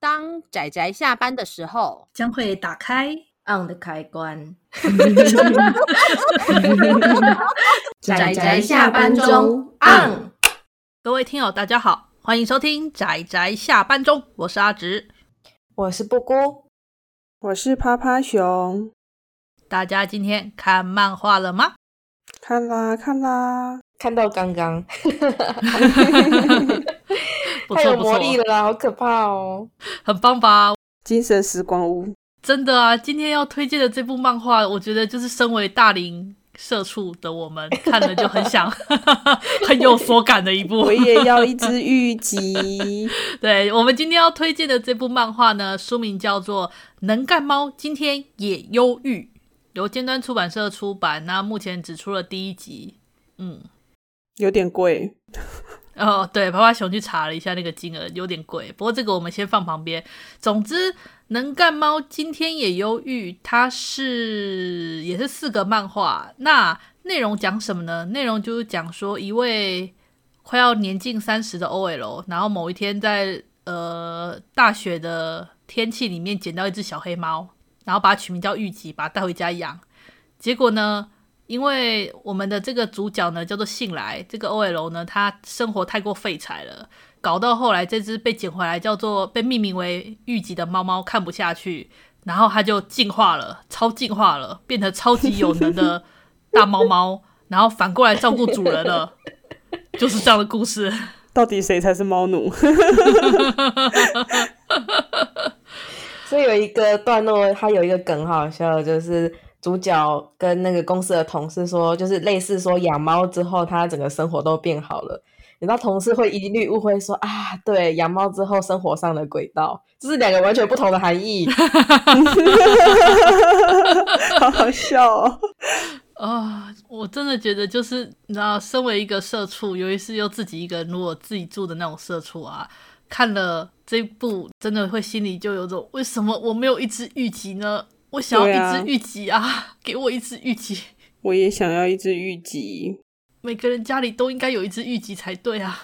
当仔仔下班的时候，将会打开 on 的开 关。宅宅下班中嗯 on。各位听友，大家好，欢迎收听宅宅下班中，我是阿直。我是布姑，我是趴趴熊，大家今天看漫画了吗？看啦看啦，看到刚刚，不太错有不魔力错，了啦，好可怕哦！很棒吧？精神时光屋，真的啊，今天要推荐的这部漫画，我觉得就是身为大龄社畜的我们看了就很想， 很有所感的一部。 我也要一只玉 吉。 对我们今天要推荐的这部漫画呢，书名叫做《能干猫今天也忧郁》，由尖端出版社出版。那目前只出了第一集。嗯，有点贵，哦，对，趴趴熊去查了一下那个金额，有点贵。不过这个我们先放旁边。总之，能干猫今天也忧郁，它是也是四个漫画。那内容讲什么呢？内容就是讲说一位快要年近三十的 OL，然后某一天在呃大雪的天气里面捡到一只小黑猫，然后把它取名叫玉吉，把它带回家养。结果呢，因为我们的这个主角呢叫做信来，这个 OL 呢，他生活太过废柴了，搞到后来这只被捡回来叫做被命名为玉吉的猫猫看不下去，然后它就进化了，超进化了，变成超级有能的大猫猫，然后反过来照顾主人了，就是这样的故事。到底谁才是猫 奴？所以有一个段落，它有一个梗好笑，就是主角跟那个公司的同事说，就是类似说养猫之后，他整个生活都变好了。你知道同事会一律误会说啊，对，养猫之后生活上的轨道，这是两个完全不同的含义。好好笑哦！啊、我真的觉得就是，你知道，身为一个社畜，尤其是又自己一个人，如果自己住的那种社畜啊，看了这部，真的会心里就有种为什么我没有一只玉吉呢？我想对要啊一只玉吉啊， 给我一只玉吉，我也想要一只玉吉。每个人家里都应该有一只玉吉才对啊。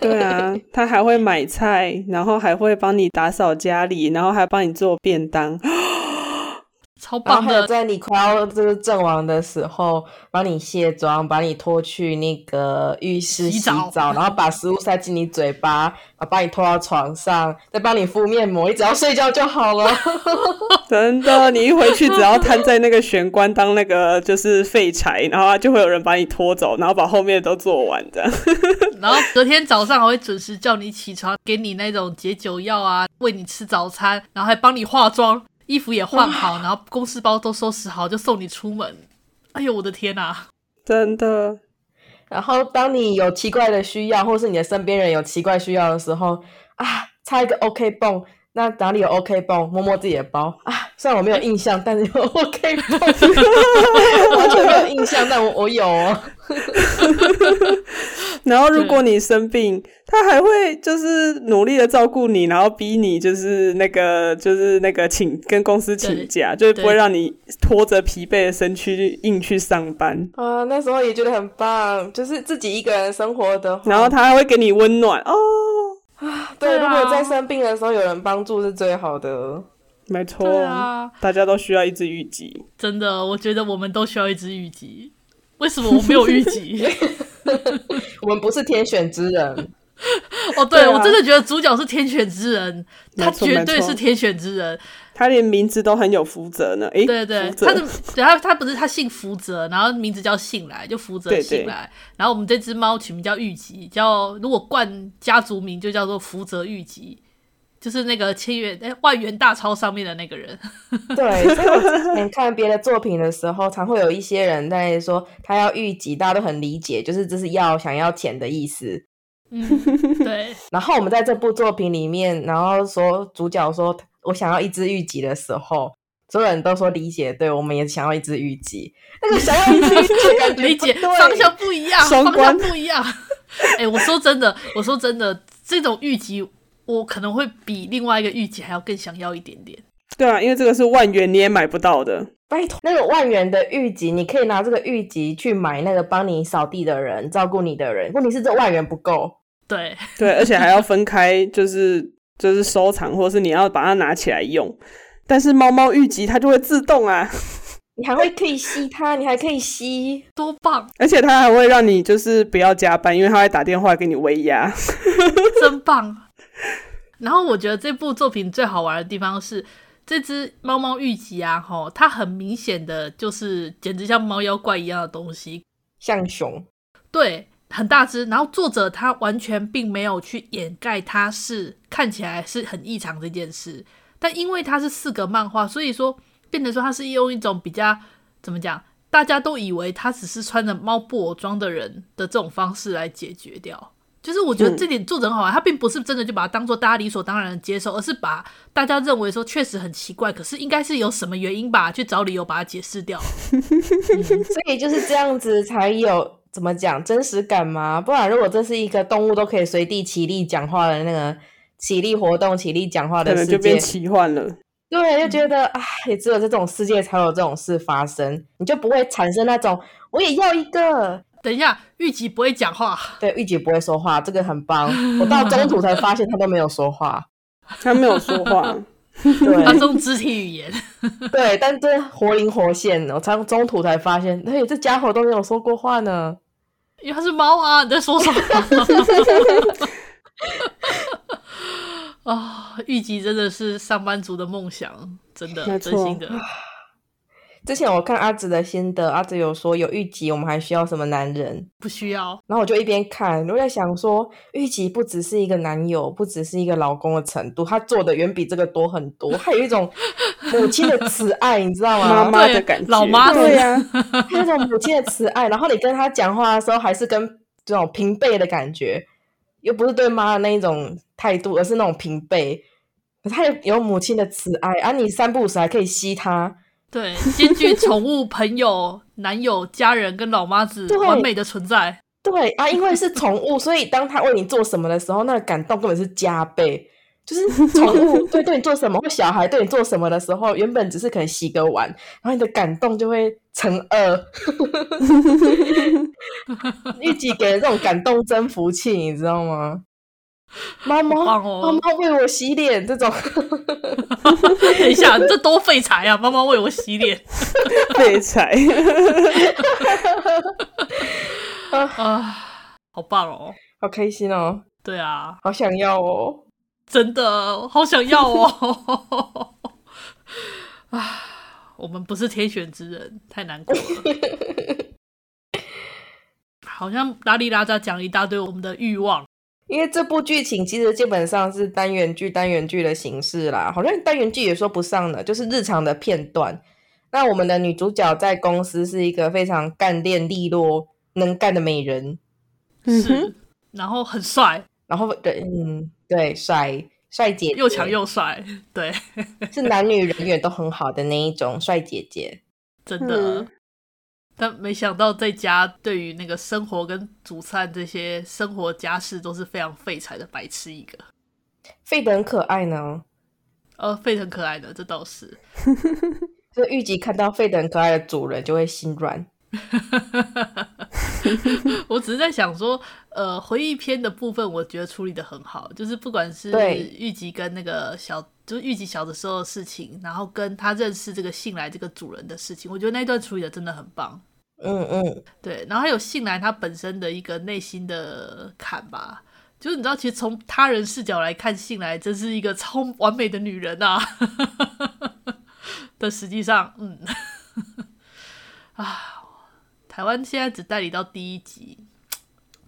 对啊，他还会买菜，然后还会帮你打扫家里，然后还帮你做便 当。超然后棒还有的，在你快要就是阵亡的时候，帮你卸妆，把你拖去那个浴室洗洗澡澡，然后把食物塞进你嘴巴，啊，把你拖到床上，再帮你敷面膜，你只要睡觉就好了。 真的，你一回去只要瘫在那个玄关当那个就是废柴，然后就会有人把你拖走，然后把后面的都做完 这样。然后隔天早上还会准时叫你起床，给你那种解酒药啊，喂你吃早餐，然后还帮你化妆，衣服也换好，然后公事包都收拾好，就送你出门。哎呦，我的天呐、真的，然后当你有奇怪的需要，或是你的身边人有奇怪需要的时候，啊，插一个 OK 泵。那哪里有 OK 泵？摸摸自己的包啊！虽然我没有印象，但是有 OK 泵， 完全没有印象，但我我有、哦。然后如果你生病，他还会就是努力的照顾你，然后逼你就是那个就是那个请跟公司请假，就是不会对让你拖着疲惫的身躯去硬去上班。啊，那时候也觉得很棒，就是自己一个人生活的哦话。然后他还会给你温暖哦，对，对如啊果在生病的时候有人帮助是最好的。没错，对啊，大家都需要一只玉吉。真的，我觉得我们都需要一只玉吉。为什么我没有玉吉？我们不是天选之人， 哦，对对啊我真的觉得主角是天选之人，他没错绝对没错是天选之人。他连名字都很有福泽呢，诶，对对，福泽他的对他他不是他姓福泽，然后名字叫信来，就福泽对对信来。然后我们这只猫取名叫玉吉，叫如果冠家族名就叫做福泽玉吉，就是那个千元哎万元大钞上面的那个人。 对，所以我之前看别的作品的时候，常会有一些人在说他要预集，大家都很理解，就是这是要想要钱的意思。 嗯，对，然后我们在这部作品里面，然后说主角说我想要一只玉吉的时候，所有人都说理解，对我们也想要一只玉吉。那个想要一只玉吉的感觉 理解不对方向不一样，双方向关不一样。 哎、我说真的，我说真的，这种预集我可能会比另外一个预集还要更想要一点点。对啊，因为这个是万元你也买不到的，拜托，那个万元的玉吉，你可以拿这个玉吉去买那个帮你扫地的人、照顾你的人。问题是这万元不够，对，对，而且还要分开，就是就是收藏，或是你要把它拿起来用。但是猫猫预集它就会自动啊，你还会可以吸它，你还可以吸，多棒， 而且它还会让你就是不要加班，因为它会打电话给你喂鸭。真棒。然后我觉得这部作品最好玩的地方是，这只猫猫玉吉啊，吼，它很明显的就是简直像猫妖怪一样的东西，像熊。对，很大只。然后作者他完全并没有去掩盖它是看起来是很异常这件事，但因为它是四格漫画，所以说变成说它是用一种比较怎么讲，大家都以为它只是穿着猫布偶装的人的这种方式来解决掉。就是我觉得这点作者很好玩，他并不是真的就把它当做大家理所当然的接受，而是把大家认为说确实很奇怪，可是应该是有什么原因吧，去找理由把它解释掉。所以就是这样子才有怎么讲真实感嘛，不然如果这是一个动物都可以随地起立讲话的那个起立活动、起立讲话可的能世就变界，奇幻了。对，就觉得啊，也只有在这种世界才有这种事发生，你就不会产生那种我也要一个，等一下，玉吉不会讲话，对，玉姐不会说话，这个很 棒。我到中途才发现她都没有说话。它没有说 话，他对 用肢体语言。对，但这活灵活现的，我才中途才发现，哎，这家伙都没有说过话呢。因为它是猫啊，你在说什么？啊、预计真的是上班族的梦想，真的，没错真心的。之前我看阿紫的心得，阿紫有说有玉吉，我们还需要什么男人？不需要，然后我就一边看，我在想说，玉吉不只是一个男友，不只是一个老公的程度，他做的远比这个多很多，还有一种母亲的慈爱，你知道吗？妈啊妈对的感觉，老妈对啊呀、那种母亲的慈爱，然后你跟他讲话的时候，还是跟这种平辈的感觉，又不是对妈的那一种态度，而是那种平辈。可是他有有母亲的慈爱，啊，你三不五时还可以吸他，对，兼具宠物、朋友、男友、家人跟老妈子对完美的存在。对啊，因为是宠物，所以当他为你做什么的时候，那个感动根本是加倍。就是宠物对对你做什么，或小孩对你做什么的时候，原本只是可能洗个碗，然后你的感动就会乘二。一起给人这种感动征服器，你知道吗？猫猫，好棒猫哦！猫为我洗脸，这种等一下，这多废柴啊！妈妈为我洗脸废 柴。啊，好棒哦！好开心哦，对啊，好想要哦。真的好想要哦！ 啊，我们不是天选之人，太难过了。 好像拉里拉扎讲了一大堆我们的欲望，因为这部剧情其实基本上是单元剧、单元剧的形式啦，好像单元剧也说不上呢，就是日常的片段。那我们的女主角在公司是一个非常干练、利落、能干的美人，嗯是，哼，然后很帅，然后对，嗯，对，帅帅姐姐又强又帅，嗯对，是男女人缘都很好的那一种帅姐姐。真的。嗯但没想到在家对于那个生活跟煮餐这些生活家事都是非常废柴的白痴一个，费德很可爱呢，呃，废得很可爱的，这倒是。就是预计看到费德很可爱的主人就会心软。 我只是在想说，呃，回忆篇的部分，我觉得处理的很好，就是不管是对玉吉跟那个小，就是玉吉小的时候的事情，然后跟他认识这个信来这个主人的事情，我觉得那一段处理的真的很棒。嗯嗯，对，然后还有信来他本身的一个内心的坎吧，就是你知道，其实从他人视角来看，信来真是一个超完美的女人啊。 但实际上，嗯，啊，台湾现在只代理到第一集，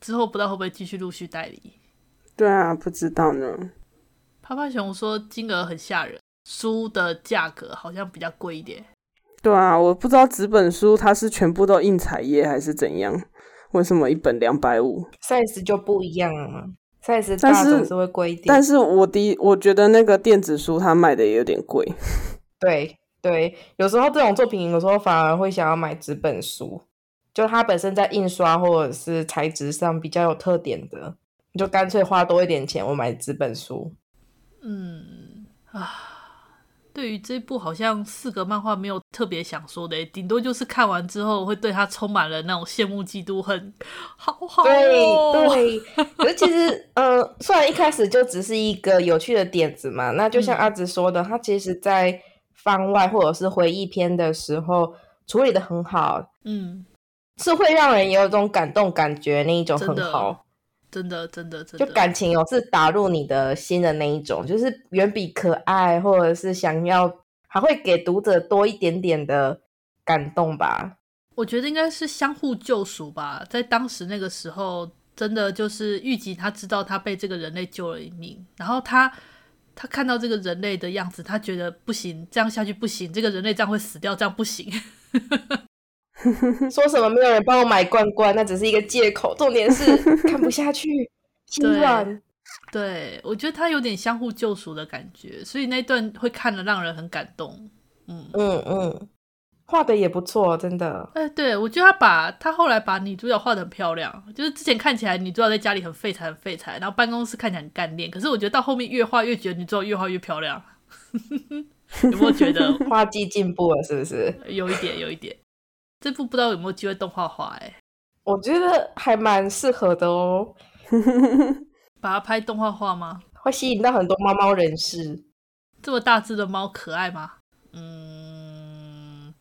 之后不知道会不会继续陆续代理。对啊，不知道呢。趴趴熊说金额很吓人，书的价格好像比较贵一点。对啊，我不知道纸本书它是全部都印彩页还是怎样，为什么一本两百五？ size 就不一样了嘛，size 但大是总是会贵一点。但是我的我觉得那个电子书它卖的也有点贵，对对，有时候这种作品，有时候反而会想要买纸本书，就它本身在印刷或者是材质上比较有特点的，你就干脆花多一点钱，我买纸本书。嗯啊，对对于这部好像四个漫画没有特别想说的，顶多就是看完之后会对他充满了那种羡慕、嫉妒、恨，好好、哦。对对，可是其实，呃，虽然一开始就只是一个有趣的点子嘛，那就像阿直说的，他其实在番外或者是回忆篇的时候处理的很好，嗯，是会让人有一种感动感觉那一种很好。真的，真的，真的，就感情哦，是打入你的心的那一种，就是远比可爱，或者是想要，还会给读者多一点点的感动 吧。我觉得应该是相互救赎吧，在当时那个时候，真的就是玉吉他知道他被这个人类救了一命，然后他他看到这个人类的样子，他觉得不行，这样下去不行，这个人类这样会死掉，这样不行。 说什么没有人帮我买罐罐，那只是一个借口。重点 是看不下去，心软。对，我觉得他有点相互救赎的感觉，所以那段会看得让人很感动。嗯嗯嗯，画的也不错，真的。哎、欸，对，我觉得他把他后来把女主角画的很漂亮，就是之前看起来女主角在家里很废柴很废柴，然后办公室看起来很干练，可是我觉得到后面越画越觉得女主角越画越漂亮。 有没有觉得画技进步了？是不是？有一点，有一点。这部不知道有没有机会动画化哎、欸，我觉得还蛮适合的哦。把它拍动画化吗？会吸引到很多猫猫人士。这么大只的猫可爱吗？嗯，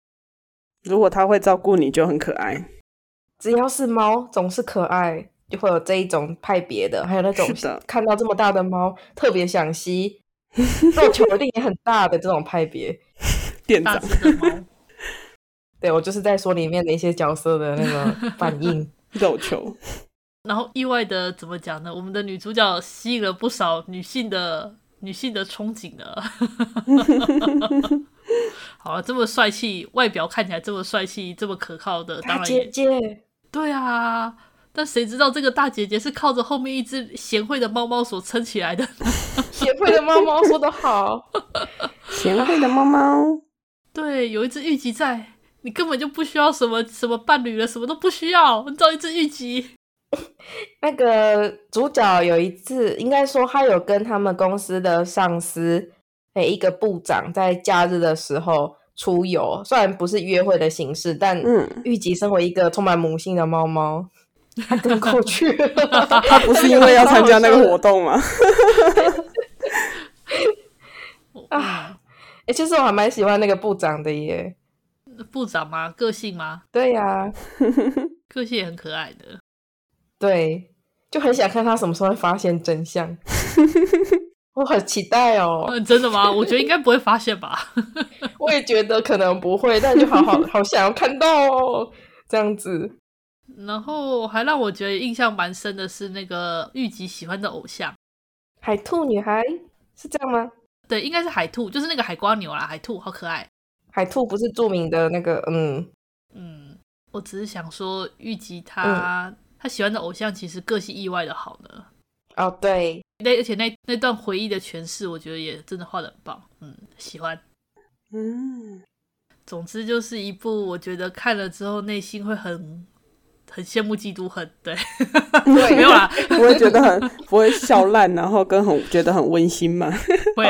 如果它会照顾你就很可爱。只要是猫，总是可爱，就会有这一种派别的，还有那种看到这么大的猫特别想吸，肉球一定也很大的这种派别。店大长。只的猫。对，我就是在说里面的一些角色的那个反应肉 球，然后意外的怎么讲呢？我们的女主角吸引了不少女性的女性的憧憬呢。 好了，这么帅气，外表看起来这么帅气，这么可靠的，当然姐姐，对啊，但谁知道这个大姐姐是靠着后面一只贤惠的猫猫所撑起来的？ 贤惠的猫猫说的好， 贤惠的猫猫，对，有一只玉吉在。你根本就不需要什么什么伴侣了，什么都不需要，你找一只玉吉。那个主角有一次，应该说他有跟他们公司的上司，每一个部长在假日的时候出游，虽然不是约会的形式，但嗯玉吉身为一个充满母性的猫猫，他跟过去了。 他不是因为要参加那个活动吗？ 啊，哎、欸，其实我还蛮喜欢那个部长的耶。嗯部长吗？个性吗？对呀、啊，个性也很可爱的。对，就很想看他什么时候会发现真相。我很期待哦、 嗯。真的吗？我觉得应该不会发现吧。 我也觉得可能不会，但就好好好想要看到哦，这样子。然后还让我觉得印象蛮深的是那个玉吉喜欢的偶像海兔女孩，是这样吗？对，应该是海兔，就是那个海瓜牛啦，海兔好可爱。海兔不是著名的那个，嗯嗯，我只是想说，玉吉他、嗯、他喜欢的偶像其实个性意外的好呢。哦，对，那而且那那段回忆的诠释，我觉得也真的画的很棒，嗯，喜欢。 嗯，总之就是一部我觉得看了之后内心会很很羡慕、嫉妒、恨，对， 对没有啦，不会觉得很不会笑烂，然后跟很觉得很温馨嘛。 会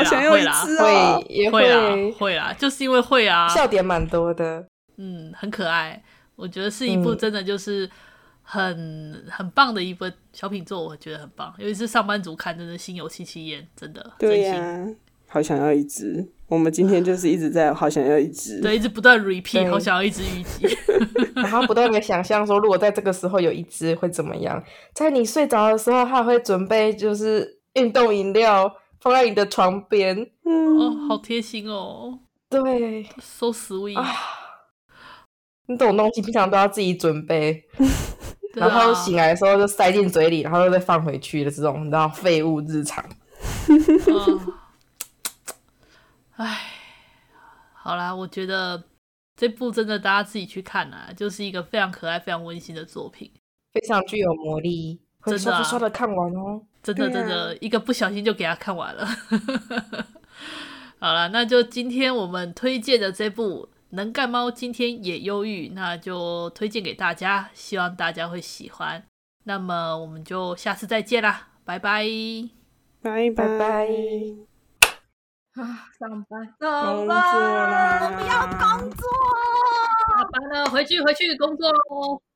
啦，会啦，哦啊会也会啊啦，会啦，就是因为会啊，笑点蛮多的，嗯，很可爱。我觉得是一部真的就是很、嗯、很棒的一部小品作，我觉得很棒。尤其是上班族看，真的心有戚戚焉，真的。对呀、啊，好想要一只。我们今天就是一直在好想要一只，对，一直不断 repeat，好想要一只虞姬， 然后不断的想象说，如果在这个时候有一只会怎么样？在你睡着的时候，它会准备就是运动饮料。放在你的床边，嗯，哦，好贴心哦，对，so sweet、啊。你这种东西平常都要自己准备，啊然后醒来的时候就塞进嘴里，然后又再放回去的这种，你知道废物日常。嗯唉呃，好啦，我觉得这部真的大家自己去看啦、啊，就是一个非常可爱、非常温馨的作品，非常具有魔力，会刷刷刷的啊看完哦。真的真的，啊、一个不小心就给他看完了。 好了，那就今天我们推荐的这部《能干猫今天也忧郁》，那就推荐给大家，希望大家会喜欢。那么我们就下次再见啦，拜拜，拜拜拜。啊， 上班，工作上班，啦，我不要工作，下班了，回去回去工作喽。